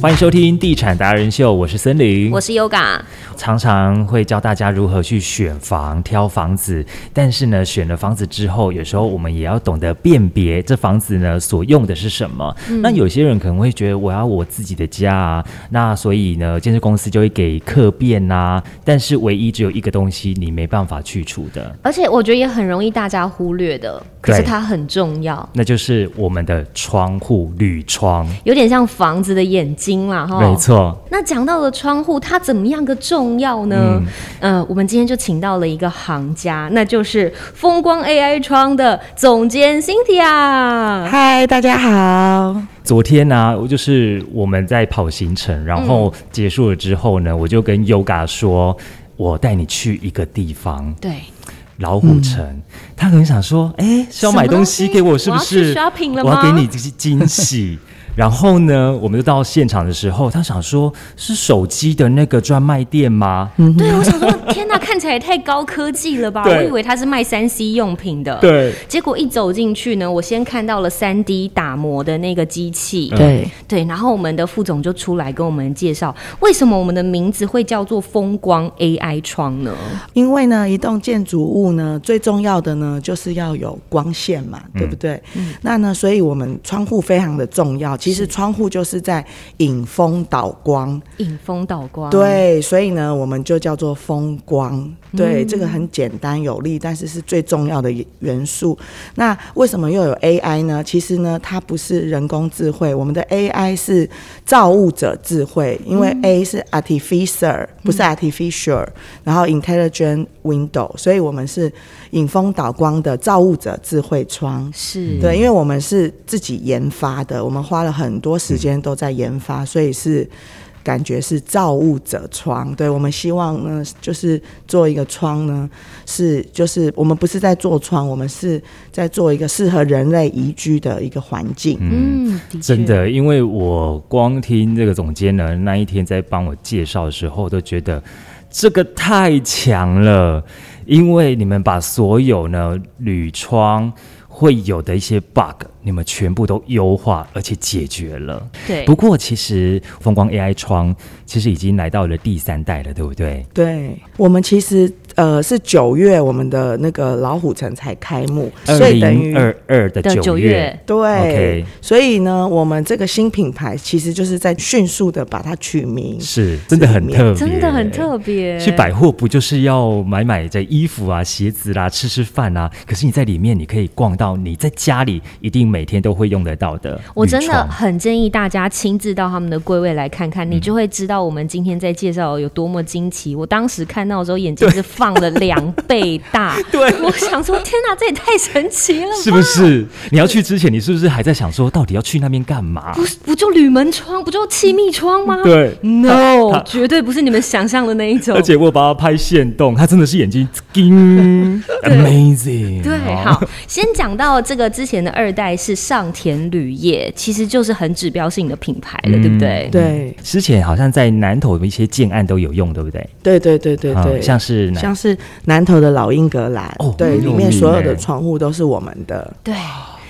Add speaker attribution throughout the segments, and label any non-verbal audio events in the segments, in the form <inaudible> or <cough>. Speaker 1: 欢迎收听《地产达人秀》，我是森林，
Speaker 2: 我是 Yoga。
Speaker 1: 常常会教大家如何去选房、挑房子，但是呢，选了房子之后，有时候我们也要懂得辨别这房子呢所用的是什么。
Speaker 2: 嗯
Speaker 1: 那有些人可能会觉得我要我自己的家啊，那所以呢，建设公司就会给客变啊，但是唯一只有一个东西你没办法去除的，
Speaker 2: 而且我觉得也很容易大家忽略的，可是
Speaker 1: 对
Speaker 2: 它很重要，
Speaker 1: 那就是我们的窗户铝窗。
Speaker 2: 有点像房子的眼睛啦，哈。
Speaker 1: 没。错，
Speaker 2: 那讲到了窗户，它怎么样个重要
Speaker 1: 嗯
Speaker 2: 呢？呃，我们今天就请到了一个行家，那就是风光 AI 窗的总监 Cynthia。
Speaker 3: 嗨，大家好。
Speaker 1: 昨天呢、我就是我们在跑行程，然
Speaker 2: 嗯
Speaker 1: 后结束了之后呢，我就跟 Yoga 说，我带你去一个地方，
Speaker 2: 对，
Speaker 1: 老虎城。
Speaker 2: 嗯
Speaker 1: 他很想说，哎，是要买东西给我是不是？
Speaker 2: 我要去 shopping 了
Speaker 1: 我要
Speaker 2: 吗
Speaker 1: 给你惊
Speaker 2: <laughs>
Speaker 1: 喜。然后呢，我们就到现场的时候，他想说，是手机的那个专卖店吗？
Speaker 2: 对，我想说，天哪， <laughs> 看起来也太高科技了吧？
Speaker 1: 嗯对
Speaker 2: 我以为它是卖三 C 用品的。。
Speaker 1: 对，
Speaker 2: 结果一走进去呢，我先看到了三 D 打磨的那个机器，
Speaker 3: 对，
Speaker 2: 对，然后我们的副总就出来跟我们介绍，为什么我们的名字会叫做风光 AI 窗呢？
Speaker 3: 因为呢，一栋建筑物呢，最重要的呢，就是要有光线嘛，对不对？那呢，所以我们窗户非常的重要。其实窗户嗯就是在引风导光，
Speaker 2: 引风导光，，
Speaker 3: 对，所以呢，我们就叫做风光。对，这个很简单有力，但是是最重要的元素。那为什么又有 AI 呢？其实呢，它不是人工智慧，我们的 AI 是造物者智慧，因为 A 是 artificial，不是 artificial，、然后 intelligent window，所以我们是引风导光的造物者智慧窗。
Speaker 1: 嗯
Speaker 2: 是，
Speaker 3: 对，因为我们是自己研发的，我们花了很多
Speaker 1: 嗯
Speaker 3: 时间都在研发，所以是感觉是造物者窗。对我们希望呢，就是做一个窗呢，是就是我们不是在做窗，我们是在做一个适合人类宜居的一个环境。
Speaker 2: 嗯，的确
Speaker 1: 真，的，因为我光听这个总监呢那一天在帮我介绍的时候，都觉得这个太强了，因为你们把所有呢铝窗会有的一些 bug，你们全部都优化而且解决了。
Speaker 2: 对
Speaker 1: 不，过其实风光 AI 窗其实已经来到了第三代了，对不对？
Speaker 3: 对我们其实呃是九月我们的那个老虎城才开幕，
Speaker 1: 二
Speaker 3: 所以等于
Speaker 1: 零二二的
Speaker 2: 的
Speaker 1: 九
Speaker 2: 九
Speaker 1: 月
Speaker 2: 月。
Speaker 3: 对
Speaker 1: OK
Speaker 3: 所以呢，我们这个新品牌其实就是在迅速的把它取名，
Speaker 1: 是真的很特别，欸
Speaker 2: 真的很特别，
Speaker 1: 去百货不就是要买买这衣服啊、鞋子啦、吃吃饭啊？可是你在里面，你可以逛到你在家里一定每天都会用得到的。
Speaker 2: 我真的，很建议大家亲自到他们的柜位来看
Speaker 1: 嗯
Speaker 2: 看，你就会知道我们今天在介绍有多么惊奇。我当时看到的时候，眼睛是放了两倍大，
Speaker 1: 对
Speaker 2: 我想说，天哪，这也太神奇了吧！
Speaker 1: 是不是？你要去之前，你是不是还在想说，到底要去那边干
Speaker 2: <laughs>
Speaker 1: 嘛？
Speaker 2: 不是不就铝门窗，不就气密窗吗？
Speaker 1: 对
Speaker 2: ，no，绝对不是你们想象的那一种
Speaker 1: 而。且我有把它拍线动，它真的是眼睛
Speaker 2: <laughs>
Speaker 1: 叮 amazing。哦
Speaker 2: 对，好，先讲到这个之前的二代是上田铝业，其实就是很指标性的品牌了，
Speaker 1: 嗯
Speaker 2: 对不对？
Speaker 3: 对。
Speaker 1: 之前好像在南投的一些建案都有用，对不对？
Speaker 3: 对对对对对，
Speaker 1: 嗯像是南
Speaker 3: 像是南投的老英格兰，
Speaker 1: 哦
Speaker 3: 对，
Speaker 1: 很有
Speaker 3: 里面
Speaker 1: 名
Speaker 3: 所有
Speaker 1: 欸
Speaker 3: 的窗户都是我们的。
Speaker 2: 对。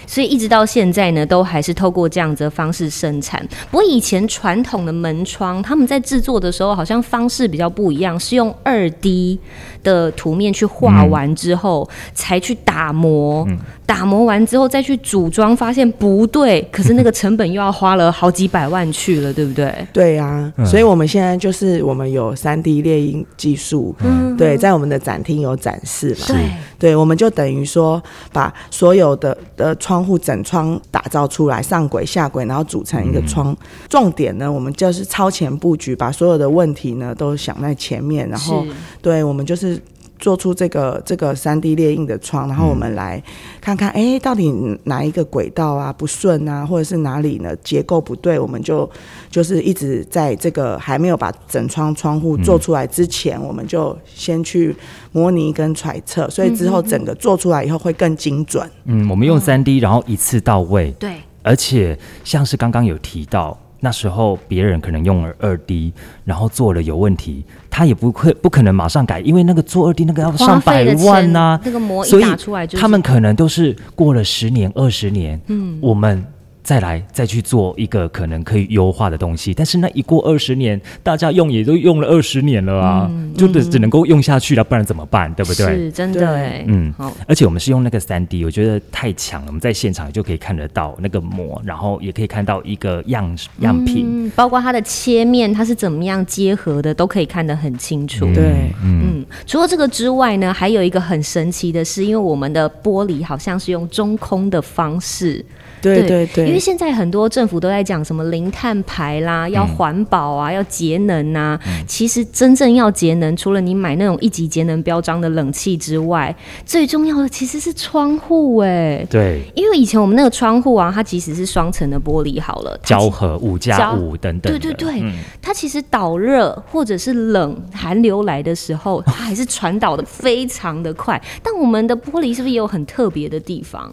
Speaker 2: 所以一直到现在呢，都还是透过这样子的方式生产。不过以前传统的门窗，他们在制作的时候好像方式比较不一样，是用二 D 的图面去画完之后，才去打磨，
Speaker 1: 嗯
Speaker 2: 打磨完之后再去组装，发现不对，可是那个成本又要花了好几百万去了，对不对？
Speaker 3: 对啊，
Speaker 1: 嗯
Speaker 3: 所以我们现在就是我们有三 D 猎鹰技术，
Speaker 1: 嗯
Speaker 3: 对，在我们的展厅有展示嘛。
Speaker 2: 对，
Speaker 3: 对，我们就等于说把所有的的窗户整窗打造出来，上轨下轨，然后组成
Speaker 1: 嗯
Speaker 3: 一个窗。重点呢，我们就是超前布局，把所有的问题呢都想在前面，然后
Speaker 2: 是
Speaker 3: 对，我们就是做出这个这个三 D 列印的窗，然后嗯我们来看看，哎、到底哪一个轨道啊不顺啊，或者是哪里呢结构不对，我们就就是一直在这个还没有把整窗窗户做出来之前，我们就先去模拟跟揣测，所以之后整个做出来以后会更精准。
Speaker 1: 嗯，我们用三 D，然后一次到位。
Speaker 2: 对，
Speaker 1: 而且像是刚刚有提到，那时候别人可能用了二 D，然后做了有问题，他也不会不可能马上改，因为那个做二 D 那个要上百万呐、
Speaker 2: 花费的钱那个模一
Speaker 1: 所以
Speaker 2: 打出来就是
Speaker 1: 他们可能都是过了十年、二十年，嗯，我们再来再去做一个可能可以优化的东西。但是那一过二十年，大家用也都用了二十年了啊，就只只能够用下去了，不然怎么办？对不对？
Speaker 2: 是真的哎，
Speaker 1: 嗯
Speaker 2: 好，
Speaker 1: 而且我们是用那个三 D，我觉得太强了。我们在现场就可以看得到那个膜，然后也可以看到一个样样品。
Speaker 2: 嗯，包括它的切面，它是怎么样结合的，都可以看得很清楚。
Speaker 3: 对，
Speaker 2: 嗯，除了这个之外呢，还有一个很神奇的是，因为我们的玻璃好像是用中空的方式，
Speaker 3: 对对对，
Speaker 2: 因为现在很多政府都在讲什么零碳排啦，
Speaker 3: 嗯
Speaker 2: 要环保啊，要节能啊。其实真正要节能，除了你买那种一级节能标章的冷气之外，最重要的其实是窗户哎、
Speaker 1: 对，
Speaker 2: 因为以前我们那个窗户啊，它即使是双层的玻璃好了，它
Speaker 1: 胶合五加
Speaker 2: 胶
Speaker 1: 五等等
Speaker 2: 对
Speaker 1: 的。
Speaker 2: 对对，它其实导热或者是冷寒流来的时候，它还是传导的非常的快。但我们的玻璃是不是也有很特别的地方？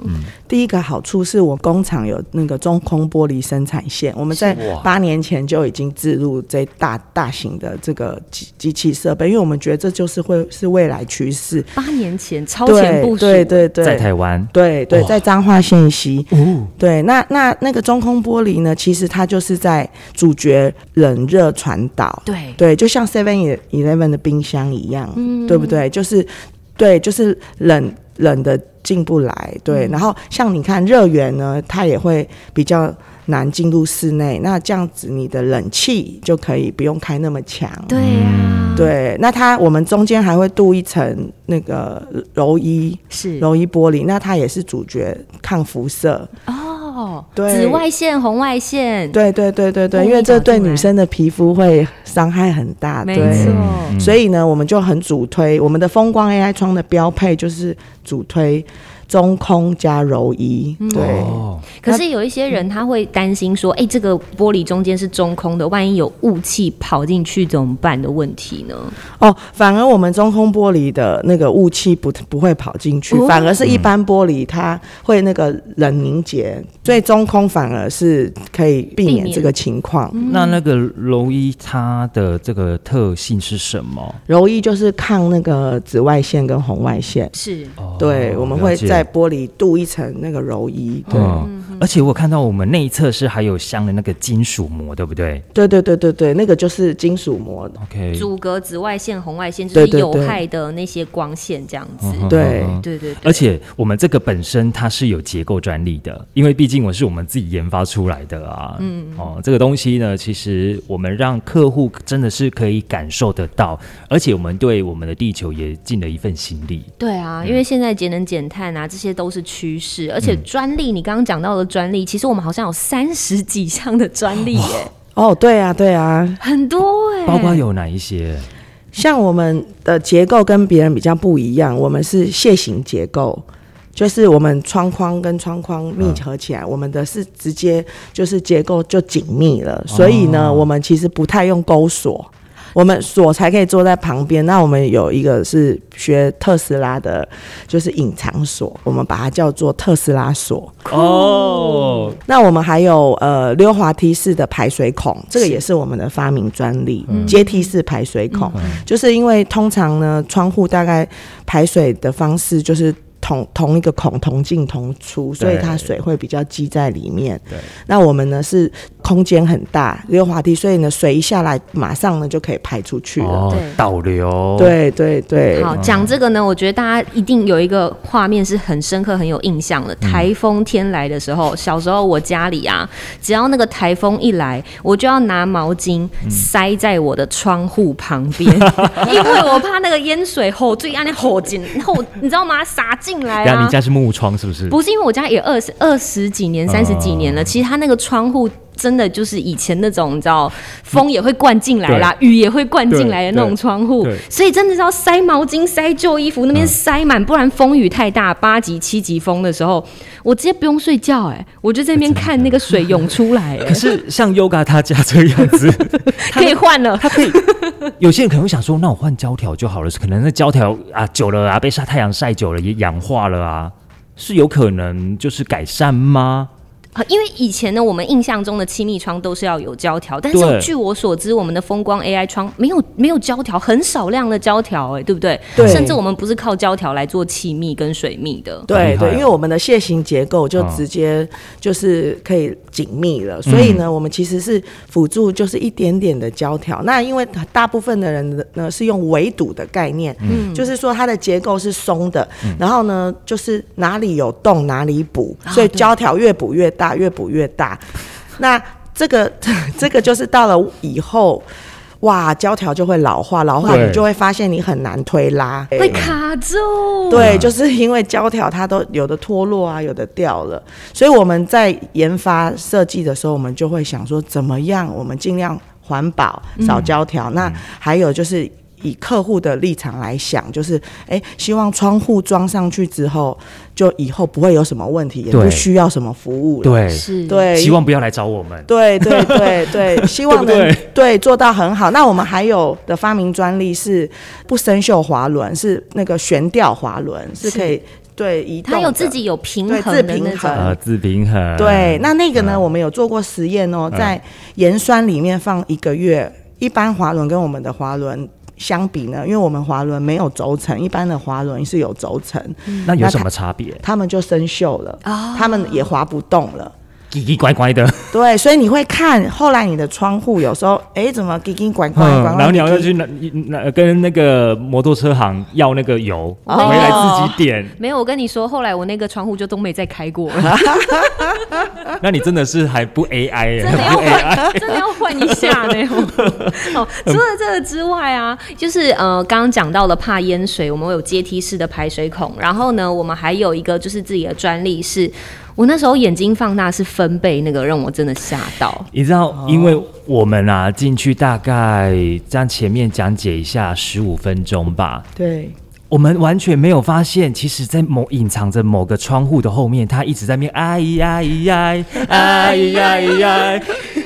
Speaker 3: 第一个好处是我工厂有那个中空玻璃生产线，我们在
Speaker 1: 哇
Speaker 3: 八年前就已经置入这大大型的这个机机器设备，因为我们觉得这就是会是未来趋势。
Speaker 2: 八年前超前部
Speaker 3: 对
Speaker 2: 署，
Speaker 3: 对对
Speaker 1: 在
Speaker 3: 对
Speaker 1: 台湾。
Speaker 3: 对对，
Speaker 1: 哇
Speaker 3: 在彰化县西，
Speaker 1: 哦，
Speaker 3: 对，那那那个中空玻璃呢，其实它就是在主角冷热传导，
Speaker 2: 对
Speaker 3: 对，就像 Seven Eleven 的冰箱一样，
Speaker 2: 嗯
Speaker 3: 对不对？就是对，就是冷冷的进不来，对。
Speaker 2: 嗯
Speaker 3: 然后像你看热源呢，它也会比较难进入室内，那这样子你的冷气就可以不用开那么强。
Speaker 2: 对啊呀、
Speaker 3: 对，那它我们中间还会镀一层那个柔衣
Speaker 2: 是
Speaker 3: 柔衣玻璃，那它也是主角抗辐射。
Speaker 2: 哦，
Speaker 3: 对
Speaker 2: 紫外线、红外线，
Speaker 3: 对对对对对，因为
Speaker 2: 故意
Speaker 3: 这
Speaker 2: 打
Speaker 3: 对
Speaker 2: 进来
Speaker 3: 女生的皮肤会伤害很大。
Speaker 2: 没
Speaker 3: 对
Speaker 2: 错，
Speaker 1: 嗯
Speaker 3: 所以呢，我们就很主推我们的风光 AI 窗的标配就是主推中空加柔衣，对、
Speaker 1: 哦，
Speaker 2: 可是有一些人他会担心说，哎、这个玻璃中间是中空的，万一有雾气跑进去怎么办的问题呢？
Speaker 3: 哦，反而我们中空玻璃的那个雾气不不会跑进去，
Speaker 2: 哦
Speaker 3: 反而是一般玻璃它会那个冷凝结，所以中空反而是可以
Speaker 2: 避
Speaker 3: 避免
Speaker 2: 免
Speaker 3: 这个情况。
Speaker 2: 嗯
Speaker 1: 那那个柔伊它的这个特性是什么？
Speaker 3: 柔衣就是抗那个紫外线跟红外线，
Speaker 2: 是
Speaker 1: 哦
Speaker 3: 对，我们会
Speaker 1: 了解
Speaker 3: 在玻璃镀一层那个柔衣，对。
Speaker 1: 嗯，而且我看到我们内侧是还有镶的那个金属膜，对不对
Speaker 3: 对对对对对，那个就是金属膜的。
Speaker 1: ？OK，
Speaker 2: 阻隔紫外线、红外线，就是
Speaker 3: 对对
Speaker 2: 有
Speaker 3: 对
Speaker 2: 害的那些光线这样子。
Speaker 1: 嗯哼
Speaker 3: 对
Speaker 1: 嗯哼
Speaker 2: 对对对，
Speaker 1: 而且我们这个本身它是有结构专利的，因为毕竟我是我们自己研发出来的啊。嗯，哦，这个东西呢，其实我们让客户真的是可以感受得到，而且我们对我们的地球也尽了一份心力。
Speaker 2: 对啊，
Speaker 1: 嗯
Speaker 2: 因为现在节能减碳啊，这些都是趋势。而且专利，你刚刚讲到的专利，其实我们好像有三十几项的专利耶、
Speaker 3: 哦，对啊，对啊，
Speaker 2: 很多哎、
Speaker 1: 包括有哪一些？
Speaker 3: 像我们的结构跟别人比较不一样，我们是楔形结构，就是我们窗框跟窗框密合起来，我们的是直接就是结构就紧密了，所以呢，我们其实不太用钩锁。我们锁才可以坐在旁边。那我们有一个是学特斯拉的，就是隐藏锁，我们把它叫做特斯拉锁。
Speaker 1: 哦，
Speaker 3: 那我们还有呃溜滑梯式的排水孔，这个也是我们的发明专利。
Speaker 1: 嗯
Speaker 3: 阶梯式排水孔，就是因为通常呢，窗户大概排水的方式就是。同同一个孔同进同出，所以它水会比较积在里面。
Speaker 1: 对，
Speaker 3: 那我们呢是空间很大，溜滑梯，所以呢水一下来，马上呢就可以排出去了。
Speaker 1: 哦
Speaker 2: 对，
Speaker 1: 导流，，
Speaker 3: 对对对，
Speaker 1: 嗯
Speaker 2: 好，讲这个呢，我觉得大家一定有一个画面是很深刻、很有印象的。
Speaker 1: 嗯
Speaker 2: 台风天来的时候，小时候我家里啊，只要那个台风一来，我就要拿毛巾
Speaker 1: 嗯
Speaker 2: 塞在我的窗户旁
Speaker 1: <laughs>
Speaker 2: 边，因为我怕那个淹水吼，最安那吼进后，你知道吗？洒进来
Speaker 1: 呀，
Speaker 2: 啊
Speaker 1: 你！家是木窗是不是？
Speaker 2: 不是因为我家也二十二十几年、三十几年
Speaker 1: 哦
Speaker 2: 了，其实它那个窗户。真的就是以前那种，你
Speaker 1: 嗯
Speaker 2: 知道，风也会灌进来啦，雨也会灌进来的那种窗户
Speaker 1: 对对，嗯
Speaker 2: 所以真的是要塞毛巾、塞旧衣服，那边塞满，不然风雨太大，八级、七级风的时候，我直接不用睡觉，哎，我就在那边看那个水涌出来，哎
Speaker 1: <laughs> 可是像 Yoga 他家这样子，
Speaker 2: 可以换了，
Speaker 1: 它可以。有些人可能会想说，那我换胶条就好了，可能那胶条啊久了啊，被晒太阳晒久了也氧化了啊，是有可能就是改善吗？
Speaker 2: 啊因为以前呢，我们印象中的气密窗都是要有胶条，但是
Speaker 1: 对
Speaker 2: 据我所知，我们的风光 AI 窗没有没有胶条，很少量的胶条，哎，对不对？
Speaker 3: 对
Speaker 2: 甚至我们不是靠胶条来做气密跟水密的。
Speaker 1: 很厉
Speaker 3: 对
Speaker 1: 害
Speaker 3: 对，
Speaker 1: 哦
Speaker 3: 因为我们的蟹形结构就
Speaker 1: 嗯嗯
Speaker 3: 直接就是可以紧密了，所以呢，我们其实是辅助就是一点点的胶条。那因为大部分的人呢是用围堵的概念，嗯，就是说它的结构是松的，
Speaker 1: 嗯
Speaker 3: 然后呢就是哪里有洞哪里补，
Speaker 2: 啊
Speaker 3: 所以
Speaker 2: 对
Speaker 3: 胶条越补越大，越补越大。
Speaker 2: <laughs>
Speaker 3: 那这个 <laughs> 这个就是到了以后。哇，胶条就会老化，老化
Speaker 1: 对
Speaker 3: 你就会发现你很难推拉，
Speaker 2: 会卡住，
Speaker 3: 对，就是因为胶条它都有的脱落啊，有的掉了，所以我们在研发设计的时候，我们就会想说，怎么样我们尽量环保，少胶
Speaker 1: 嗯
Speaker 3: 条。那还有就是。以客户的立场来想，就是哎、诶希望窗户装上去之后，就以后不会有什么问题，也不
Speaker 1: 对
Speaker 3: 需要什么服务了。
Speaker 1: 对，
Speaker 2: 是，
Speaker 3: 对，
Speaker 1: 希望不要来找我们。
Speaker 3: 对
Speaker 1: <laughs>
Speaker 3: 对对对，希望能
Speaker 1: 对不
Speaker 3: 做到很好。那我们还有的发明专利是不生锈滑轮，是那个悬吊滑轮，是可以对移动的。
Speaker 2: 它有自己有平
Speaker 3: 对
Speaker 2: 衡
Speaker 3: 自
Speaker 2: 的
Speaker 3: 平
Speaker 2: 那种
Speaker 3: 衡。
Speaker 1: 呃，自平衡。
Speaker 3: 对，那那个呢，
Speaker 1: 嗯
Speaker 3: 我们有做过实验哦，
Speaker 1: 嗯
Speaker 3: 在盐酸里面放一个月，一般滑轮跟我们的滑轮。相比呢，因为我们滑轮没有轴承，一般的滑轮是有轴承，
Speaker 1: 那有
Speaker 3: 那
Speaker 1: 什
Speaker 3: 它
Speaker 1: 么差别？
Speaker 3: 他们就生锈了，
Speaker 2: 哦
Speaker 3: 他们也滑不动了。
Speaker 1: 奇奇怪怪的，
Speaker 3: 对，所以你会看后来你的窗户有时候，哎，怎么叽叽拐拐拐
Speaker 1: 嗯
Speaker 3: 拐，
Speaker 1: 然后你要
Speaker 3: 叽叽
Speaker 1: 去拿拿跟那个摩托车行要那个油，回
Speaker 2: 哦
Speaker 1: 来自己点。
Speaker 2: 没有，我跟你说，后来我那个窗户就都没再开过了，
Speaker 1: 那你真的是还不 AI
Speaker 2: <laughs>
Speaker 1: 耶
Speaker 2: 真的要换，真的要换一下呢。 <laughs> 哦，除了这个之外啊，就是呃，刚刚讲到了怕淹水，我们有阶梯式的排水孔，然后呢，我们还有一个就是自己的专利是。我那时候眼睛放大是分贝，那个让我真的吓到。
Speaker 1: <laughs> 你知道，因为我们啊进去大概这样前面讲解一下十五分钟吧，
Speaker 3: 对，
Speaker 1: 我们完全没有发现，其实，在某隐藏着某个窗户的后面，它一直在面哎呀呀哎呀呀，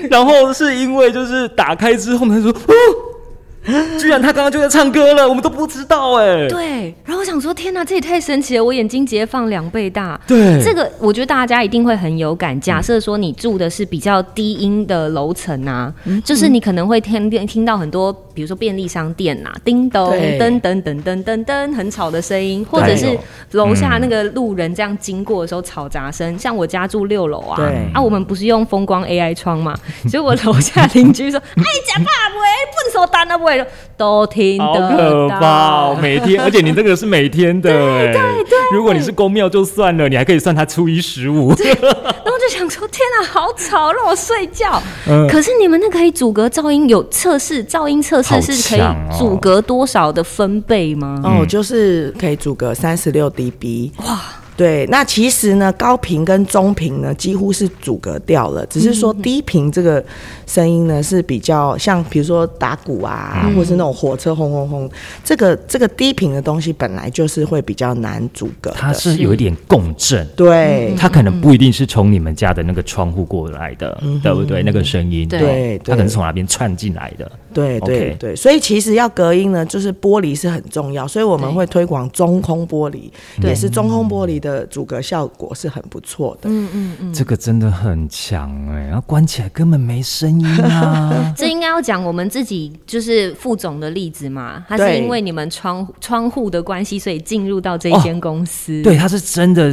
Speaker 1: 然后是因为就是打开之后，他说哦，居然他刚刚就在唱歌了，我们都不知道哎。
Speaker 2: 对，然后我想说，天哪，这也太神奇了！我眼睛直接放两倍大。
Speaker 1: 对嗯
Speaker 2: 这个我觉得大家一定会很有感。假设说你住的是比较低音的楼层啊，
Speaker 1: 嗯
Speaker 2: 就是你可能会听听到很多，比如说便利商店啊，叮咚
Speaker 3: 对
Speaker 2: 噔噔噔噔噔噔很吵的声音，或者是楼下那个路人这样经过的时候吵杂声。像我家住六楼啊，
Speaker 3: 对
Speaker 2: 啊，我们不是用风光 AI 窗
Speaker 1: <laughs>
Speaker 2: 嘛，所以我楼下邻居说：“ <laughs> 哎，假爸喂，笨手单啊喂，都听得
Speaker 1: 好
Speaker 2: 到。”
Speaker 1: 可怕、哦！每天，而且你这个是每天 <laughs> 的、哎。对对。如果你是公庙就算了，你还可以算它初一十五。
Speaker 2: 然后就想说，天哪，好吵，让我睡觉。
Speaker 1: 嗯
Speaker 2: 可是你们那可以阻隔噪音有测试，噪音测试是可
Speaker 1: 好强哦啊
Speaker 2: 以阻隔多少的分贝吗？
Speaker 1: 嗯
Speaker 3: 哦，就是可以阻隔三十六 dB，哇。对，那其实呢，高频跟中频呢几乎是阻隔掉了，只是说低频这个声音呢是比较像，比如说打鼓啊，或是那种火车轰轰轰，这个这个低频的东西本来就是会比较难阻隔的。
Speaker 1: 它是有一点共振，
Speaker 2: 嗯
Speaker 3: 对，
Speaker 1: 它可能不一定是从你们家的那个窗户过来的，
Speaker 2: 嗯
Speaker 1: 对不对？那个声音，
Speaker 2: 对
Speaker 3: 对
Speaker 1: 它可能是从哪边串进来的。
Speaker 3: 对
Speaker 1: OK
Speaker 3: 对对，所以其实要隔音呢，就是玻璃是很重要，所以我们
Speaker 2: 对
Speaker 3: 会推广中空玻璃，
Speaker 2: 对
Speaker 3: 也是中空玻璃的阻隔效果是很不错的。
Speaker 2: 嗯嗯嗯，。
Speaker 1: 这个真的很强哎、然后关起来根本没声音啊
Speaker 2: 这应该要讲我们自己就是副总的例子嘛，他是
Speaker 3: 对
Speaker 2: 因为你们窗窗户的关系，所以进入到这一间公司。
Speaker 1: 哦对，他是真的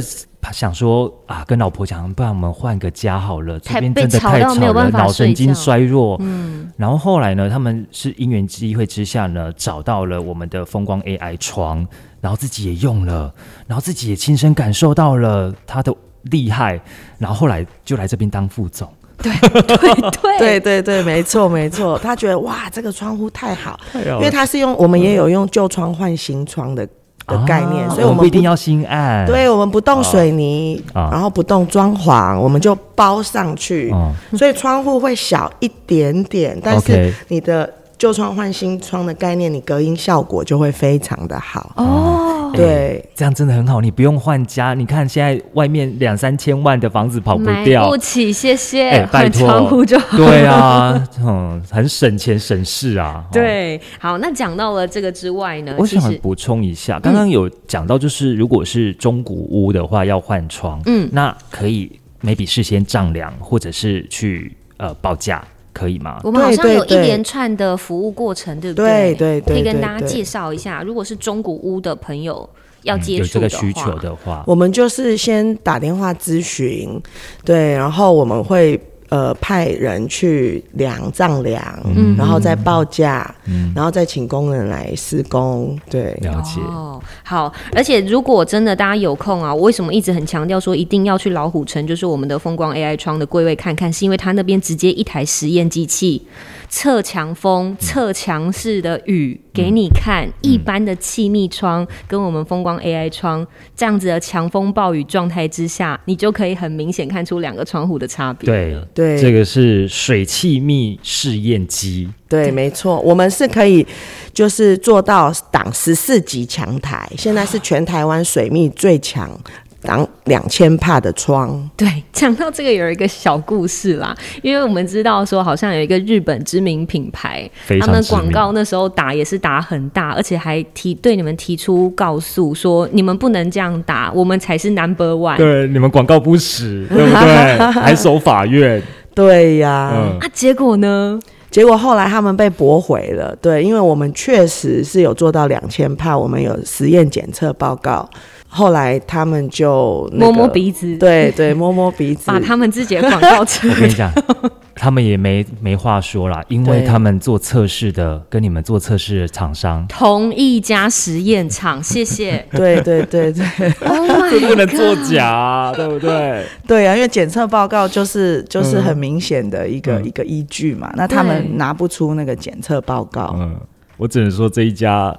Speaker 1: 想说啊，跟老婆讲，不然我们换个家好了，这
Speaker 2: 太
Speaker 1: 边
Speaker 2: 被
Speaker 1: 真的
Speaker 2: 吵
Speaker 1: 太
Speaker 2: 到没
Speaker 1: 吵
Speaker 2: 有
Speaker 1: 了，
Speaker 2: 办法
Speaker 1: 脑神
Speaker 2: 睡
Speaker 1: 经
Speaker 2: 觉
Speaker 1: 衰弱。嗯，然后后来呢，他们是因缘机会之下呢，找到了我们的风光 AI 床，然后自己也用了，然后自己也亲身感受到了它的厉害，然后后来就来这边当副总。
Speaker 2: <laughs> 对
Speaker 3: 对对对，没错没错，他觉得哇，这个窗户太好，
Speaker 1: 太好了
Speaker 3: 因为他是用我们也有用旧窗换新窗的的概念，
Speaker 1: 啊
Speaker 3: 所以我
Speaker 1: 们
Speaker 3: 们
Speaker 1: 不一定要心暗。
Speaker 3: 对我们不动水泥，
Speaker 1: 哎啊
Speaker 3: 然后不动装潢，我们就包上去，
Speaker 1: 哦
Speaker 3: 所以窗户会小一点点，但
Speaker 1: OK
Speaker 3: 是你的旧窗换新窗的概念，你隔音效果就会非常的好。
Speaker 1: 哎
Speaker 2: 哦，
Speaker 3: 对，
Speaker 1: 这样真的很好，你不用换家。你看现在外面两三千万的房子跑不
Speaker 2: 买
Speaker 1: 掉，
Speaker 2: 不起，谢
Speaker 1: 哎、
Speaker 2: 谢，
Speaker 1: 拜
Speaker 2: 换
Speaker 1: 托，
Speaker 2: <laughs> 窗户就好。
Speaker 1: 对啊，嗯，很省钱省事啊。哦，
Speaker 2: 对，好，那讲到了这个之外呢，
Speaker 1: 我
Speaker 2: 其
Speaker 1: 想
Speaker 2: 实
Speaker 1: 补充一下，
Speaker 2: 嗯
Speaker 1: 刚刚有讲到，就是如果是中古屋的话要换窗，嗯，那可以 maybe 事先丈量，或者是去呃报价，可以吗？
Speaker 2: 我们好像
Speaker 3: 对对
Speaker 2: 有一
Speaker 3: 对
Speaker 2: 连串的服务过程，对不
Speaker 3: 对对对
Speaker 2: 可以跟
Speaker 3: 对
Speaker 2: 大家
Speaker 3: 对
Speaker 2: 介绍一下，如果是中古屋的朋友要
Speaker 1: 嗯
Speaker 2: 接
Speaker 1: 有这
Speaker 2: 触的
Speaker 1: 个
Speaker 2: 话哦
Speaker 1: 需求的话，
Speaker 3: 我们就是先打电话咨询，对，然后我们会呃派人去量丈量，
Speaker 2: 嗯
Speaker 3: 然后再报价，
Speaker 1: 嗯，
Speaker 3: 然后再请工人来施工，对。
Speaker 1: 了解，
Speaker 2: 哦，好，而且如果真的大家有空啊，我为什么一直很强调说一定要去老虎城，就是我们的风光 AI 窗的柜位看看，是因为它那边直接一台实验机器测强
Speaker 1: 嗯
Speaker 2: 风、测强势的雨给你看，一般的气密窗跟我们风光 AI 窗这样子的强风暴雨状态之下，你就可以很明显看出两个窗户的差别。
Speaker 1: 对。
Speaker 3: 对，
Speaker 1: 这个是水气密试验机，
Speaker 3: 对，没错，我们是可以就是做到挡十四级强台，现在是全台湾水密最强。挡两千帕的窗，
Speaker 2: 对，讲到这个有一个小故事啦，因为我们知道说好像有一个日本知名品牌，
Speaker 1: 非
Speaker 2: 他
Speaker 1: 常
Speaker 2: 们
Speaker 1: 知
Speaker 2: 广
Speaker 1: 名
Speaker 2: 告那时候打也是打很大，而且还提对你们提出告诉说你们不能这样打，我们才是 number one。
Speaker 1: 对你们广告不实，对不
Speaker 2: <laughs>
Speaker 1: 对？还守法院，
Speaker 3: 对呀、
Speaker 1: 嗯，
Speaker 2: 啊，结果呢？
Speaker 3: 结果后来他们被驳回了，对，因为我们确实是有做到两千帕，我们有实验检测报告，后来他们就、那
Speaker 2: 摸
Speaker 3: 个
Speaker 2: 摸鼻子，，
Speaker 3: 对对，摸摸鼻子，
Speaker 2: 把他们自己的广告扯
Speaker 1: 我跟 <laughs> 你讲，他们也没没话说啦，因为
Speaker 3: 对。
Speaker 1: 他们做测试的跟你们做测试的厂商
Speaker 2: 同一家实验场，
Speaker 1: <laughs>
Speaker 2: 谢谢
Speaker 3: 对对对对
Speaker 2: Oh my
Speaker 1: 不能
Speaker 2: Oh
Speaker 1: 作
Speaker 2: god
Speaker 1: 假啊，对不对？
Speaker 3: <laughs> 对啊，因为检测报告就是就是很明显的一个、
Speaker 1: 嗯
Speaker 3: 一个依据嘛，那他
Speaker 2: 对
Speaker 3: 们拿不出那个检测报告，
Speaker 1: 嗯，我只能说这一家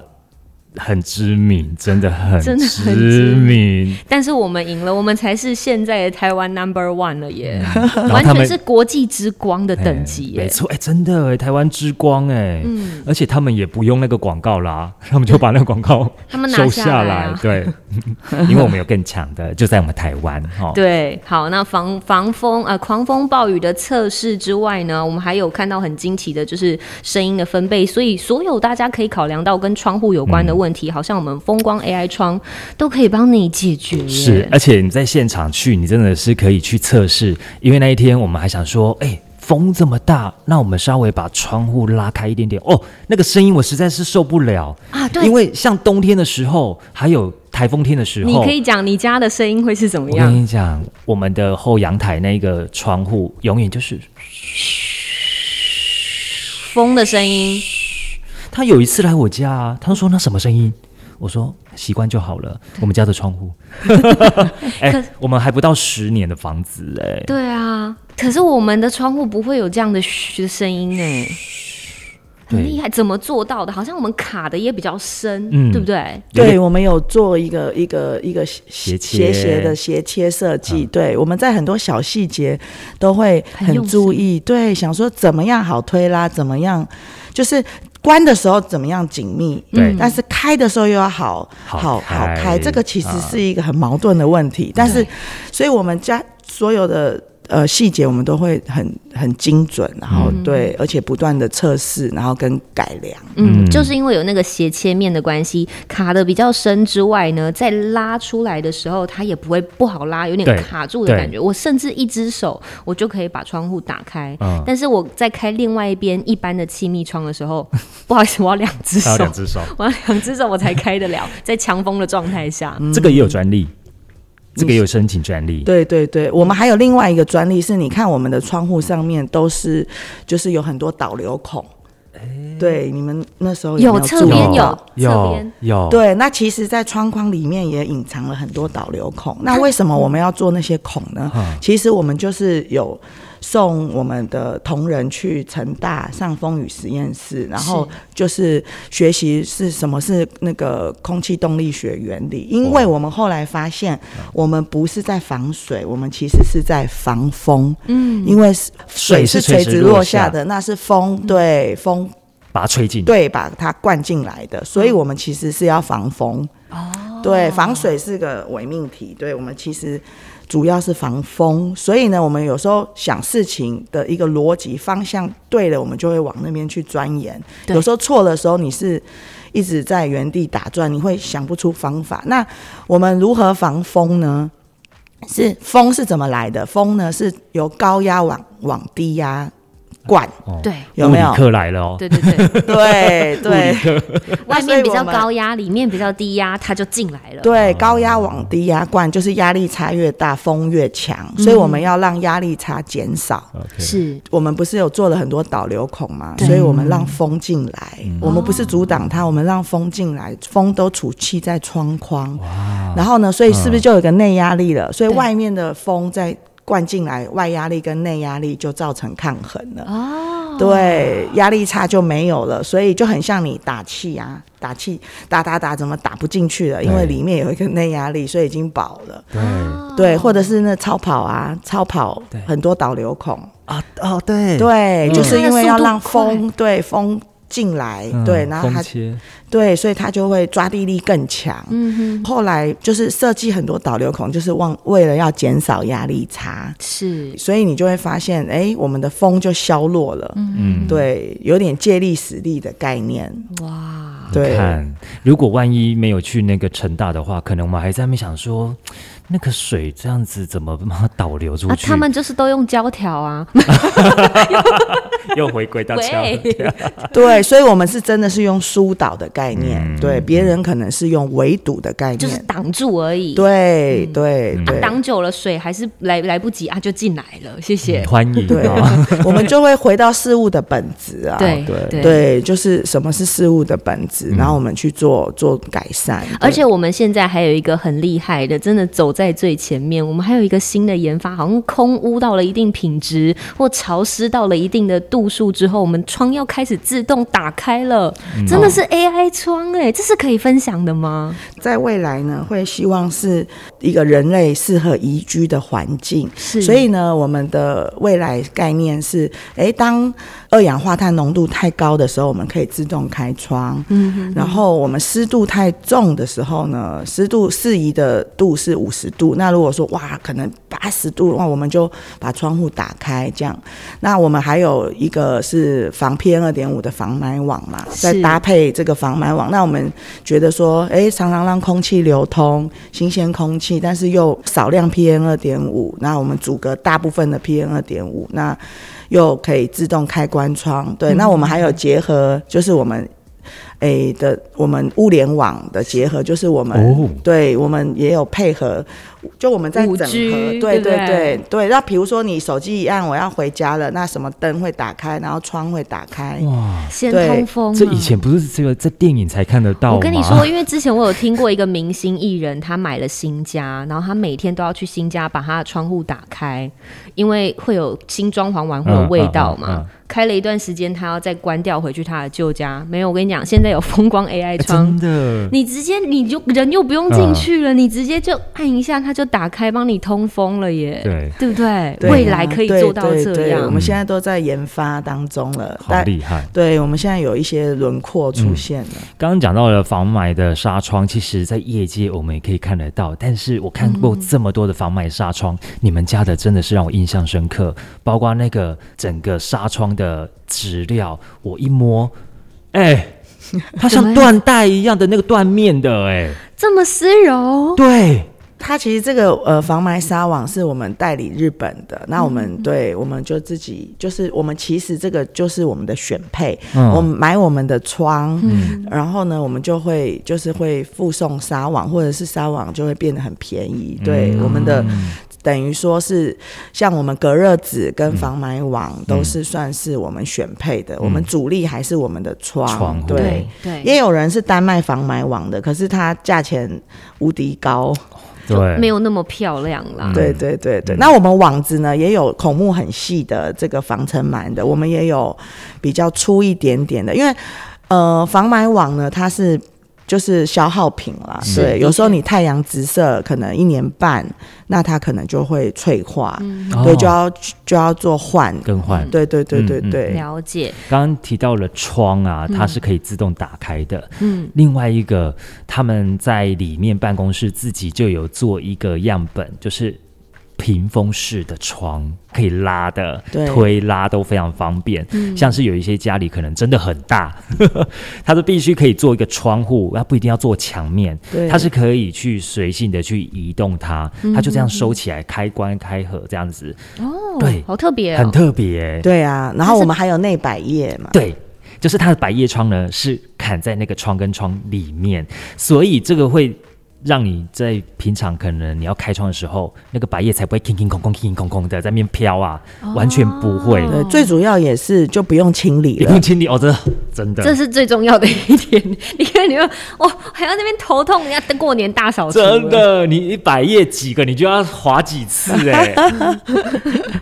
Speaker 1: 很知名，真的很
Speaker 2: 真的很
Speaker 1: 知名。
Speaker 2: 但是我们赢了，我们才是现在的台湾 number one 了耶，
Speaker 1: <laughs> 然后
Speaker 2: 完
Speaker 1: 他
Speaker 2: 全
Speaker 1: 们
Speaker 2: 是国际之光的
Speaker 1: 哎
Speaker 2: 等级耶嗯
Speaker 1: 没。错，哎，真的哎，台湾之光哎，而且他们也不用那个广告啦， <laughs> 他们就把那个广告
Speaker 2: 他们拿
Speaker 1: 收
Speaker 2: 下
Speaker 1: 下
Speaker 2: 来啊
Speaker 1: 对，
Speaker 2: <laughs>
Speaker 1: 因为我们有更强的，就在我们台湾哈。哦
Speaker 2: 对，好，那防防风呃狂风暴雨的测试之外呢，我们还有看到很惊奇的就是声音的分贝，所以所有大家可以考量到跟窗户有关
Speaker 1: 嗯
Speaker 2: 的问题，好像我们风光 AI 窗都可以帮你解决耶。
Speaker 1: 是，而且你在现场去，你真的是可以去测试，因为那一天我们还想说，哎、风这么大，那我们稍微把窗户拉开一点点。哦，那个声音我实在是受不了
Speaker 2: 啊对
Speaker 1: 因为像冬天的时候，还有台风天的时候，
Speaker 2: 你可以讲你家的声音会是怎么
Speaker 1: 我跟
Speaker 2: 样？
Speaker 1: 你讲，我们的后阳台那个窗户永远就是，
Speaker 2: 风的声音，
Speaker 1: 他有一次来我家、啊，他说那什么声音？我说习惯就好了，我们家的窗户。
Speaker 2: <laughs>
Speaker 1: 哎、我们还不到十年的房子哎、
Speaker 2: 对啊，可是我们的窗户不会有这样的嘘的声音呢。很
Speaker 1: 对
Speaker 2: 厉害，怎么做到的？好像我们卡的也比较深，
Speaker 1: 嗯
Speaker 2: 对不对？
Speaker 1: 有
Speaker 3: 对，我们有做一个一个一个斜
Speaker 1: 切嗯
Speaker 3: 斜斜的斜切设计。对，我们在很多小细节都会
Speaker 2: 很
Speaker 3: 很
Speaker 2: 用心
Speaker 3: 注意，对，想说怎么样好推拉，怎么样就是。关的时候怎么样紧密？嗯
Speaker 1: 对
Speaker 3: 但是开的时候又要好
Speaker 1: 好
Speaker 3: 好
Speaker 1: 开
Speaker 3: 好开，这个其实
Speaker 1: 啊
Speaker 3: 是一个很矛盾的问题。但是，所以我们家所有的呃细节，我们都会很很精准，然后
Speaker 1: 嗯
Speaker 3: 对，而且不断的测试，然后跟改良。
Speaker 2: 嗯，
Speaker 1: 嗯
Speaker 2: 就是因为有那个斜切面的关系，卡的比较深之外呢，在拉出来的时候，它也不会不好拉，有点
Speaker 1: 对
Speaker 2: 卡住的感觉。
Speaker 1: 对
Speaker 2: 我甚至一只手，我就可以把窗户打开。
Speaker 1: 嗯
Speaker 2: 但是我在开另外一边一般的气密窗的时候，不好意思，我要两只
Speaker 1: 还 <laughs>
Speaker 2: 手
Speaker 1: 有，两只手。
Speaker 2: 我要两只手我才开得了， <laughs> 在强风的状态下。
Speaker 1: 这个也有专利，这个也有申请专利。
Speaker 3: 对对对，我们还有另外一个专利是，你看我们的窗户上面都是，就是有很多导流孔。对，你们那时候有没
Speaker 2: 有
Speaker 3: 有
Speaker 2: 侧
Speaker 3: 注意
Speaker 2: 边
Speaker 3: 到
Speaker 2: 有侧
Speaker 1: 有
Speaker 2: 边
Speaker 1: 有，
Speaker 3: 对，那其实，在窗框里面也隐藏了很多导流孔。那为什么我们要做那些孔呢？其实我们就是有送我们的同仁去成大上风雨实验室，然后就是学习是什么是那个空气动力学原理。因为我们后来发现，我们不是在防水，我们其实是在防风。嗯，因为水是
Speaker 1: 水是
Speaker 3: 垂
Speaker 1: 垂直
Speaker 3: 直
Speaker 1: 落
Speaker 3: 落
Speaker 1: 下
Speaker 3: 下的，那是风对风
Speaker 1: 把它吹进。
Speaker 3: 对，把它灌进来的，所以我们其实是要防风。哦，对，防水是个伪命题，对我们其实主要是防风，所以呢，我们有时候想事情的一个逻辑方向对了，我们就会往那边去钻研；
Speaker 2: 对
Speaker 3: 有时候错的时候，你是一直在原地打转，你会想不出方法。那我们如何防风呢？是风是怎么来的？风呢是由高压往往低压灌，
Speaker 1: 哦，
Speaker 2: 对
Speaker 3: 有没
Speaker 1: 物
Speaker 3: 有
Speaker 1: 理？课来了哦，
Speaker 2: 对对
Speaker 1: <laughs>
Speaker 2: 对，
Speaker 3: 对对
Speaker 2: 外面比较
Speaker 3: 所以我们
Speaker 2: 高压，里面比较低压，它就进来了。
Speaker 3: 对，高压往低压灌，就是压力差越大，风越强，
Speaker 2: 嗯
Speaker 3: 所以我们要让压力差减少。
Speaker 1: OK，
Speaker 2: 是
Speaker 3: 我们不是有做了很多导流孔吗？
Speaker 2: 对
Speaker 3: 所以我们让风进来，
Speaker 1: 嗯
Speaker 3: 我们不是阻挡它，我们让风进来，风都储气在窗框。
Speaker 1: 哇，嗯
Speaker 3: 然后呢，所以是不是就有一个内压力了？所以
Speaker 2: 对
Speaker 3: 外面的风在灌进来，外压力跟内压力就造成抗衡了。
Speaker 2: 哦，
Speaker 3: 对，压力差就没有了，所以就很像你打气啊，打气打打打，怎么打不进去了？因为
Speaker 1: 对
Speaker 3: 里面有一个内压力，所以已经饱了。
Speaker 1: 对
Speaker 2: 啊哦
Speaker 3: 对，或者是那超跑啊，超跑
Speaker 1: 对
Speaker 3: 很多导流孔，
Speaker 1: 啊，哦，对，
Speaker 3: 对，
Speaker 1: 嗯
Speaker 3: 就是因为
Speaker 2: 因
Speaker 3: 要让
Speaker 2: 为它的速
Speaker 3: 风对风进来，
Speaker 1: 嗯
Speaker 3: 对，然后
Speaker 1: 空
Speaker 3: 它
Speaker 1: 切
Speaker 3: 对，所以它就会抓地力更强。
Speaker 2: 嗯哼，
Speaker 3: 后来就是设计很多导流孔，就是望为了要减少压力差，
Speaker 2: 是
Speaker 3: 所以你就会发现，哎，我们的风就消弱了。
Speaker 1: 嗯，
Speaker 3: 对，有点借力使力的概念。
Speaker 2: 嗯哇，啊
Speaker 1: 你
Speaker 3: 对，
Speaker 1: 看，如果万一没有去那个成大的话，可能我们还在那边想说，那个水这样子怎么把它导流出
Speaker 2: 啊，
Speaker 1: 去？
Speaker 2: 他们就是都用胶条啊，
Speaker 1: <laughs> 又回归到家。嗯
Speaker 2: 喂，
Speaker 3: 对，所以我们是真的是用疏导的概念，
Speaker 1: 嗯
Speaker 3: 对，别人可能是用围堵的概念，
Speaker 2: <laughs> 就是挡住而已。
Speaker 3: 对对
Speaker 2: 啊，
Speaker 1: 嗯
Speaker 3: 对。
Speaker 2: 挡久了水还是来来不及啊，就进来了。谢谢。
Speaker 1: 欢迎
Speaker 3: 对
Speaker 1: 啊！，
Speaker 3: 我们就会回到事物的本质啊，
Speaker 2: 对对
Speaker 3: 对就是什么是事物的本质，然后我们去做做改善。
Speaker 2: 而且我们现在还有一个很厉害的，真的走在最前面。我们还有一个新的研发，好像空污到了一定品质或潮湿到了一定的度数之后，我们窗要开始自动打开了，
Speaker 3: 嗯
Speaker 2: 真的是 AI 窗哎、这是可以分享的吗？
Speaker 3: 在未来呢，会希望是一个人类适合宜居的环境。
Speaker 2: 是
Speaker 3: 所以呢，我们的未来概念是：诶，当二氧化碳浓度太高的时候，我们可以自动开窗；嗯，然后我们湿度太重的时候呢，湿度适宜的度是五十度。那如果说哇，可能八十度的话，我们就把窗户打开这样。那我们还有一个是防 PM 二点五的防霾网嘛，
Speaker 2: 是
Speaker 3: 再搭配这个防霾网，那我们觉得说，诶，常常让空气流通，新鲜空气，但是又少量 PM 二点五，那我们阻隔大部分的 PM 二点五，那又可以自动开关窗，
Speaker 2: 嗯
Speaker 3: 对，那我们还有结合，就是我们。诶的，我们物联网的结合就是我们、
Speaker 1: 哦
Speaker 3: 对，我们也有配合，就我们在整合，
Speaker 2: 5G 对
Speaker 3: 对
Speaker 2: 不对
Speaker 3: 对对。那比如说你手机一按，我要回家了，那什么灯会打开，然后窗会打开，
Speaker 2: 嗯 <laughs>
Speaker 1: 哇，
Speaker 2: 先
Speaker 3: 对
Speaker 2: 通风、啊。
Speaker 1: 这以前不是这个在电影才看得到吗？
Speaker 2: 我跟你说，因为之前我有听过一个明星艺人，他买了新家，然后他每天都要去新家把他的窗户打开，因为会有新装潢完会有味道嘛。
Speaker 1: 嗯嗯嗯嗯
Speaker 2: 开了一段时间，他要再关掉回去他的旧家。没有，我跟你讲，现在有风光 AI
Speaker 1: 哎
Speaker 2: 窗
Speaker 1: 真。的，
Speaker 2: 你直接你就人又不用进去
Speaker 1: 嗯
Speaker 2: 了，你直接就按一下，它就打开帮你通风了耶，
Speaker 1: 对
Speaker 2: 不对？
Speaker 3: 对
Speaker 2: 未来可以
Speaker 3: 对
Speaker 2: 做到
Speaker 3: 对
Speaker 2: 这
Speaker 3: 对我
Speaker 2: 样，
Speaker 3: 们现在都在研发当中了，
Speaker 1: 好厉害！
Speaker 3: 对，我们现在有一些轮廓出现了。
Speaker 1: 刚刚讲到了防霾的纱窗，其实在业界我们也可以看得到，但是我看
Speaker 2: 嗯
Speaker 1: 过这么多的防霾纱窗，你们家的真的是让我印象深刻，包括那个整个纱窗的质料，我一摸，哎、它
Speaker 2: 怎么
Speaker 1: 像
Speaker 2: 样
Speaker 1: 缎带一样的那个缎面的、哎，
Speaker 2: 这么丝柔，
Speaker 1: 对，
Speaker 3: 它其实这个呃防霾纱网是我们代理日本的，那我们、对我们就自己就是我们其实这个就是我们的选配，
Speaker 1: 嗯
Speaker 3: 我们买我们的窗，然后呢我们就会就是会附送纱网，或者是纱网就会变得很便宜，
Speaker 1: 嗯
Speaker 3: 对我们的。等于说是像我们隔热纸
Speaker 1: 嗯
Speaker 3: 跟防霾网都是算是我们选配的，我们主力还是我们的窗，
Speaker 1: 窗户
Speaker 3: 对，
Speaker 2: 对
Speaker 3: 也有人是单卖防霾网的，可是它价钱无敌高。
Speaker 1: 对，
Speaker 2: 没有那么漂亮啦。
Speaker 3: 对对对对，
Speaker 1: 嗯
Speaker 3: 那我们网子呢也有孔目很细的这个防尘螨的，我们也有比较粗一点点的，因为呃防螨网呢它是。就是消耗品啦，
Speaker 1: 嗯是
Speaker 3: 对，有时候
Speaker 2: 的确
Speaker 3: 你太阳直射可能一年半，那它可能就会脆化，
Speaker 2: 嗯
Speaker 1: 哦
Speaker 3: 对，就要就要做换，
Speaker 1: 更换。
Speaker 3: 对对对对
Speaker 1: 哦嗯嗯
Speaker 3: 对，
Speaker 2: 了解，
Speaker 1: 刚刚提到了窗啊，它是可以自动打开的。
Speaker 2: 嗯，
Speaker 1: 另外一个，他们在里面办公室自己就有做一个样本，就是屏风式的窗，可以拉的、
Speaker 3: 对
Speaker 1: 推拉都非常方便。
Speaker 2: 嗯
Speaker 1: 像是有一些家里可能真的很大， <laughs> 它是必须可以做一个窗户，它不一定要做墙面
Speaker 3: 对，
Speaker 1: 它是可以去随性的去移动它，它就这样收起来，开关开合这样子，
Speaker 2: 嗯哦，
Speaker 1: 对
Speaker 2: 好特别、哦，
Speaker 1: 很特别。
Speaker 3: 对啊，然后我们还有内百叶嘛，
Speaker 1: 对，就是它的百叶窗呢是砍在那个窗跟窗里面，所以这个会让你在平常可能你要开窗的时候，那个百叶才不会空空空空空空空的在面飘啊，完全不会。
Speaker 2: 哦
Speaker 3: 对，最主要也是就不用清理
Speaker 1: 也
Speaker 3: 了
Speaker 1: 不。清理哦，真的真的
Speaker 2: 这是最重要的一点。你看， <laughs> 你们哇，还要那边头痛，人家过年大扫除，
Speaker 1: 真，的，你一百页几个，你就要划几次哎、 <laughs>
Speaker 2: <laughs>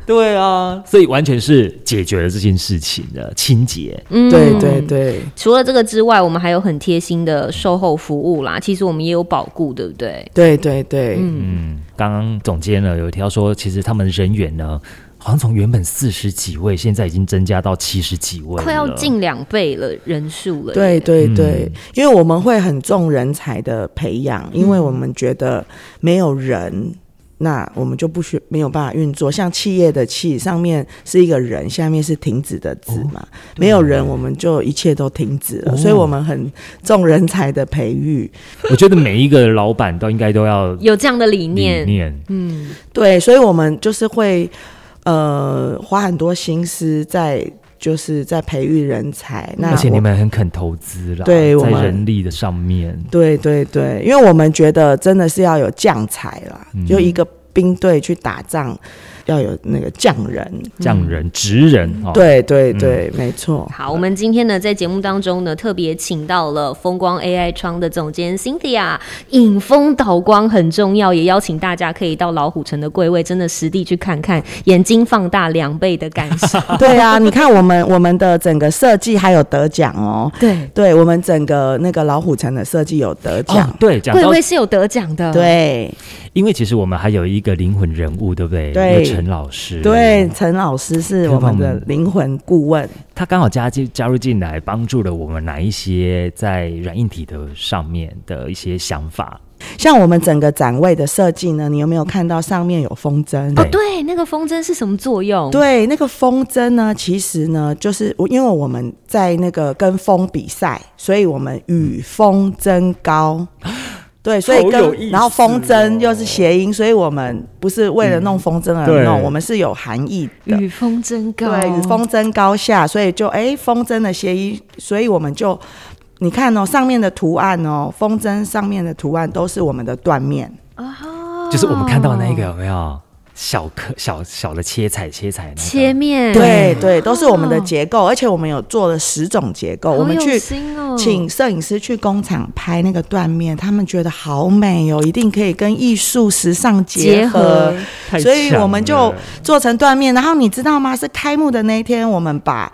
Speaker 1: 对啊，所以完全是解决了这件事情的清洁。
Speaker 2: 嗯
Speaker 3: 对对对，
Speaker 2: 除了这个之外，我们还有很贴心的售后服务啦。其实我们也有保固，对不对？
Speaker 3: 对对对，
Speaker 1: 嗯，刚刚总监呢有提到说，其实他们人员呢，好像从原本四十几位，现在已经增加到七十几位了，
Speaker 2: 快要近两倍了人数了。
Speaker 3: 对，对
Speaker 1: 嗯
Speaker 3: 对，因为我们会很重人才的培养，因为我们觉得没有人。那我们就不学没有办法运作，像企业的企上面是一个人，下面是停止的止嘛，没有人我们就一切都停止了，
Speaker 1: 哦
Speaker 3: 所以我们很重人才的培育。
Speaker 1: <laughs> 我觉得每一个老板都应该都要
Speaker 2: 有这样的理
Speaker 1: 理
Speaker 2: 念，
Speaker 1: 念，
Speaker 2: 嗯，
Speaker 3: 对，所以我们就是会呃花很多心思在就是在培育人才。那
Speaker 1: 而且
Speaker 3: 我
Speaker 1: 你们很肯投资啦，
Speaker 3: 对我
Speaker 1: 在
Speaker 3: 们嗯
Speaker 1: 人力的上面，
Speaker 3: 对对对，因为我们觉得真的是要有将才啦，就一个兵队去打仗，要有那个将人。
Speaker 1: 匠人、职人，哦、
Speaker 3: 对对对，没错。
Speaker 2: 好，我们今天呢在节目当中呢特别请到了风光 AI 窗的总监 Cynthia，引风导光很重要，也邀请大家可以到老虎城的柜位，真的实地去看看，眼睛放大两倍的感受。
Speaker 3: 对啊，你看我们我 <laughs> 们的整个设计还有得奖哦。
Speaker 2: 对，
Speaker 3: <laughs> 对我们整个那个老虎城的设计有得奖。
Speaker 1: 哦，对，讲
Speaker 2: 会
Speaker 1: 到
Speaker 2: 不会是有得奖的？，
Speaker 3: 对
Speaker 1: 因为其实我们还有一个灵魂人物，对不对？
Speaker 3: 对
Speaker 1: 一个陈老师，
Speaker 3: 对，，陈老师是我们的灵魂顾问。
Speaker 1: 他刚好加进加入进来，帮助了我们哪一些在软硬体的上面的一些想法。
Speaker 3: 像我们整个展位的设计呢，你有没有看到上面有风筝？
Speaker 2: 哦，对，那个风筝是什么作用？，
Speaker 3: 对，那个风筝呢，其实呢，就是我因为我们在那个跟风比赛，所以我们与风争
Speaker 1: <laughs>
Speaker 3: 高。对，所以
Speaker 1: 嗯好有
Speaker 3: 跟
Speaker 1: 意
Speaker 3: 然后风
Speaker 1: 思哦
Speaker 3: 筝又是谐音，所以我们不是为了弄风筝而弄，
Speaker 1: 对
Speaker 3: 我们是有含义的。
Speaker 2: 与风筝高，
Speaker 3: 对，与风筝高下，所以就哎，风筝的谐音，所以我们就你看哦，上面的图案哦，风筝上面的图案都是我们的断面。哦
Speaker 2: 啊
Speaker 1: 就是我们看到那个有没有小颗小小的切彩切彩那个
Speaker 2: 切面，
Speaker 3: 对对，都是我们的
Speaker 2: 哦
Speaker 3: 结构，而且我们有做了十种结构，
Speaker 2: 好
Speaker 3: 我们
Speaker 2: 有
Speaker 3: 去
Speaker 2: 心哦
Speaker 3: 请摄影师去工厂拍那个断面，他们觉得好美哦，一定可以跟艺术时尚结
Speaker 2: 结
Speaker 3: 合
Speaker 2: 合，
Speaker 1: 太
Speaker 3: 所以
Speaker 1: 强
Speaker 3: 我们就
Speaker 1: 了
Speaker 3: 做成断面。然后你知道吗？是开幕的那一天，我们把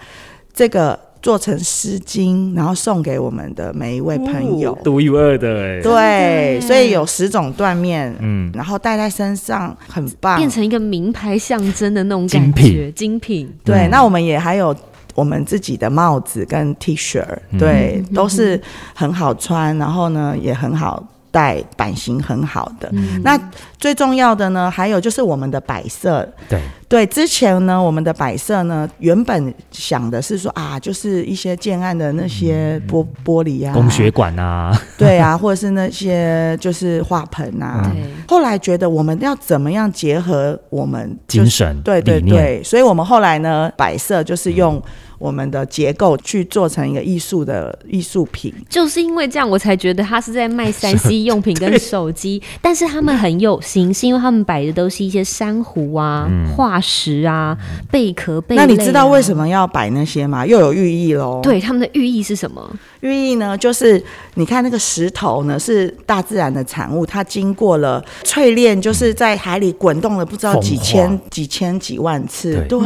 Speaker 3: 这个做成湿巾，然后送给我们的每一位朋友。
Speaker 1: 哦独一无二的哎、
Speaker 3: 对，
Speaker 2: 真的耶
Speaker 3: 所以有十种断面，
Speaker 1: 嗯，
Speaker 3: 然后戴在身上很棒，
Speaker 2: 变成一个名牌象征的那种感
Speaker 1: 精
Speaker 2: 觉，
Speaker 1: 品
Speaker 2: 精品。
Speaker 3: 对，
Speaker 1: 嗯
Speaker 3: 那我们也还有我们自己的帽子跟 T 恤，
Speaker 1: 嗯
Speaker 3: 对，都是很好穿，然后呢也很好戴，版型很好的。
Speaker 1: 嗯
Speaker 3: 嗯
Speaker 2: 嗯
Speaker 3: 那最重要的呢，还有就是我们的摆设。
Speaker 1: 对，
Speaker 3: 对，之前呢，我们的摆设呢，原本想的是说啊，就是一些建案的那些玻玻璃啊，
Speaker 1: 嗯工学馆啊，
Speaker 3: 对啊， <laughs> 或者是那些就是花盆啊。
Speaker 1: 嗯
Speaker 2: 对，
Speaker 3: 后来觉得我们要怎么样结合我们就
Speaker 1: 精
Speaker 3: 是
Speaker 1: 神
Speaker 3: 对对
Speaker 1: 理念嗯
Speaker 3: 对，所以我们后来呢，摆设就是用我们的结构去做成一个艺术的艺术品。
Speaker 2: 就是因为这样，我才觉得他是在卖三 C 用品跟手
Speaker 3: <laughs>
Speaker 2: 机，但是他们很有心，是因为他们摆的都是一些珊瑚啊、
Speaker 1: 嗯
Speaker 2: 化石啊、贝壳、贝、
Speaker 3: 那你知道为什
Speaker 2: 么？
Speaker 3: 么要摆那些吗？又有寓意喽。，
Speaker 2: 对，他们的寓意是什么？
Speaker 3: 寓意呢，就是你看那个石头呢，是大自然的产物，它经过了淬炼，就是在海里滚动了不知道
Speaker 1: 风化
Speaker 3: 几千、几千、几万次，
Speaker 1: 对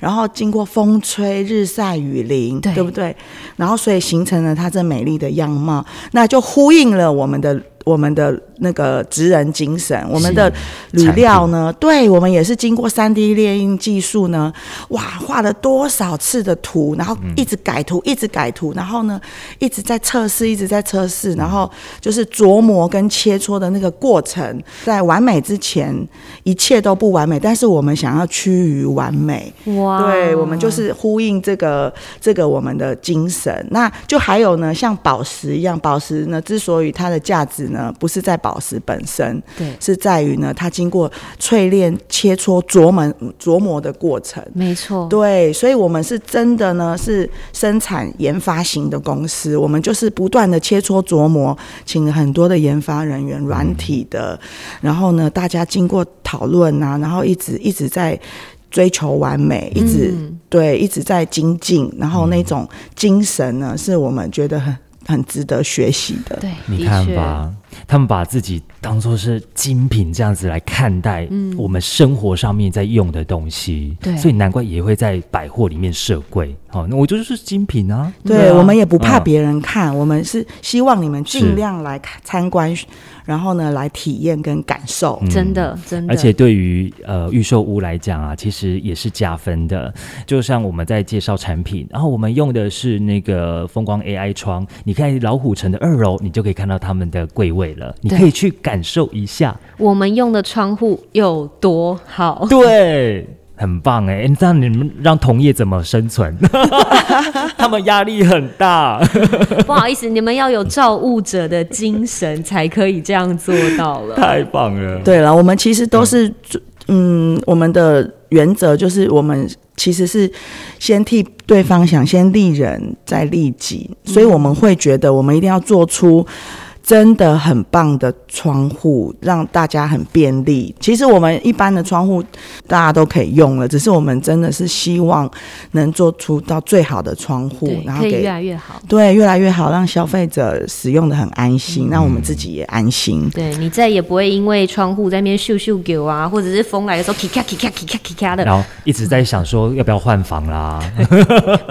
Speaker 3: 然后经过风吹日晒雨淋，
Speaker 2: 对
Speaker 3: 不对？然后所以形成了它这美丽的样貌，那就呼应了我们的我们的那个职人精神，我们的铝料呢，对我们也是经过三 D 列印技术呢，哇，画了多少次的图，然后一直改图，一直改图，然后呢，一直在测试，一直在测试，然后就是琢磨跟切磋的那个过程，在完美之前，一切都不完美，但是我们想要趋于完美，
Speaker 2: 哇，
Speaker 3: 对，我们就是呼应这个这个我们的精神。那就还有呢，像宝石一样，宝石呢之所以它的价值呢，不是在宝石本身，
Speaker 2: 对
Speaker 3: 是在于呢它经过淬炼、切磋、琢磨、琢磨的过程。
Speaker 2: 没错，
Speaker 3: 对，所以，我们是真的呢，是生产研发型的公司，我们就是不断的切磋琢磨，请了很多的研发人员，软体的，然后呢，大家经过讨论啊，然后一直一直在追求完美，一直、
Speaker 2: 嗯
Speaker 3: 对，一直在精进，然后那种精神呢，是我们觉得很很值得学习的。
Speaker 2: 对，
Speaker 1: 你
Speaker 2: 的
Speaker 1: 看
Speaker 2: 确
Speaker 1: 吧，他们把自己当做是精品这样子来看待我们生活上面在用的东西，
Speaker 2: 嗯对
Speaker 1: 所以难怪也会在百货里面设柜。好、那我就是精品啊，
Speaker 3: 对，
Speaker 1: 啊
Speaker 3: 我们也不怕
Speaker 1: 嗯
Speaker 3: 别人看，我们是希望你们
Speaker 1: 是
Speaker 3: 尽量来看参观，然后呢，来体验跟感受。
Speaker 2: 真的真
Speaker 1: 嗯
Speaker 2: 的，
Speaker 1: 而且对于呃预售屋来讲啊，其实也是加分的。就像我们在介绍产品，然后我们用的是那个风光 AI 窗，你看老虎城的二楼，你就可以看到他们的柜位了，你
Speaker 2: 对
Speaker 1: 可以去感受一下。
Speaker 2: 我们用的窗户有多好，
Speaker 1: <laughs>
Speaker 2: <laughs>
Speaker 1: 对，很棒哎、欸！那你们让同业怎么生存？他们压力很大。
Speaker 2: 不好意思，你们要有照顾者的精神才可以这样做到
Speaker 3: <laughs>
Speaker 2: 了。
Speaker 1: 太棒
Speaker 2: 嗯
Speaker 1: 了！
Speaker 3: 对了，我们其实都是，嗯，我们的原则就是我们其实是先替对方想，先利人，再利己，
Speaker 2: 嗯
Speaker 3: 所以我们会觉得我们一定要做出。真的很棒的窗户，让大家很便利。其实我们一般的窗户大家都可以用了，只是我们真的是希望能做出到最好的窗户
Speaker 2: 对，，
Speaker 3: 然后
Speaker 2: 可以
Speaker 3: 给
Speaker 2: 越来越好。
Speaker 3: 对越来越好，让消费者使用的很安
Speaker 2: 嗯
Speaker 3: 心，让我们自己也安心。
Speaker 2: 对你再也不会因为窗户在那边咻咻给啊，或者是风来的时候咔咔咔咔咔咔咔的，
Speaker 1: 然后一直在想说要不要换房啦，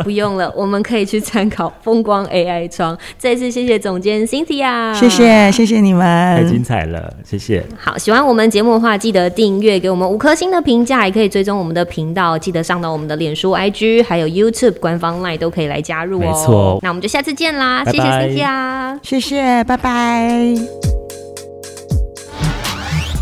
Speaker 2: 不用了，我们可以去参考风光 AI 窗。再次谢谢总监 Cynthia，
Speaker 3: 谢。谢，谢谢你
Speaker 1: 太
Speaker 3: 们，
Speaker 1: 精彩了，谢谢。
Speaker 2: 好，喜欢我们节目的话，记得订阅，给我们五颗星的评价，也可以追踪我们的频道，记得上到我们的脸书、IG，还有 YouTube 官方 LINE 都可以来加入哦。
Speaker 1: 没错
Speaker 2: 那我们就下次见啦，
Speaker 1: 拜拜
Speaker 2: 谢谢 Cynthia。
Speaker 3: 谢谢，拜拜。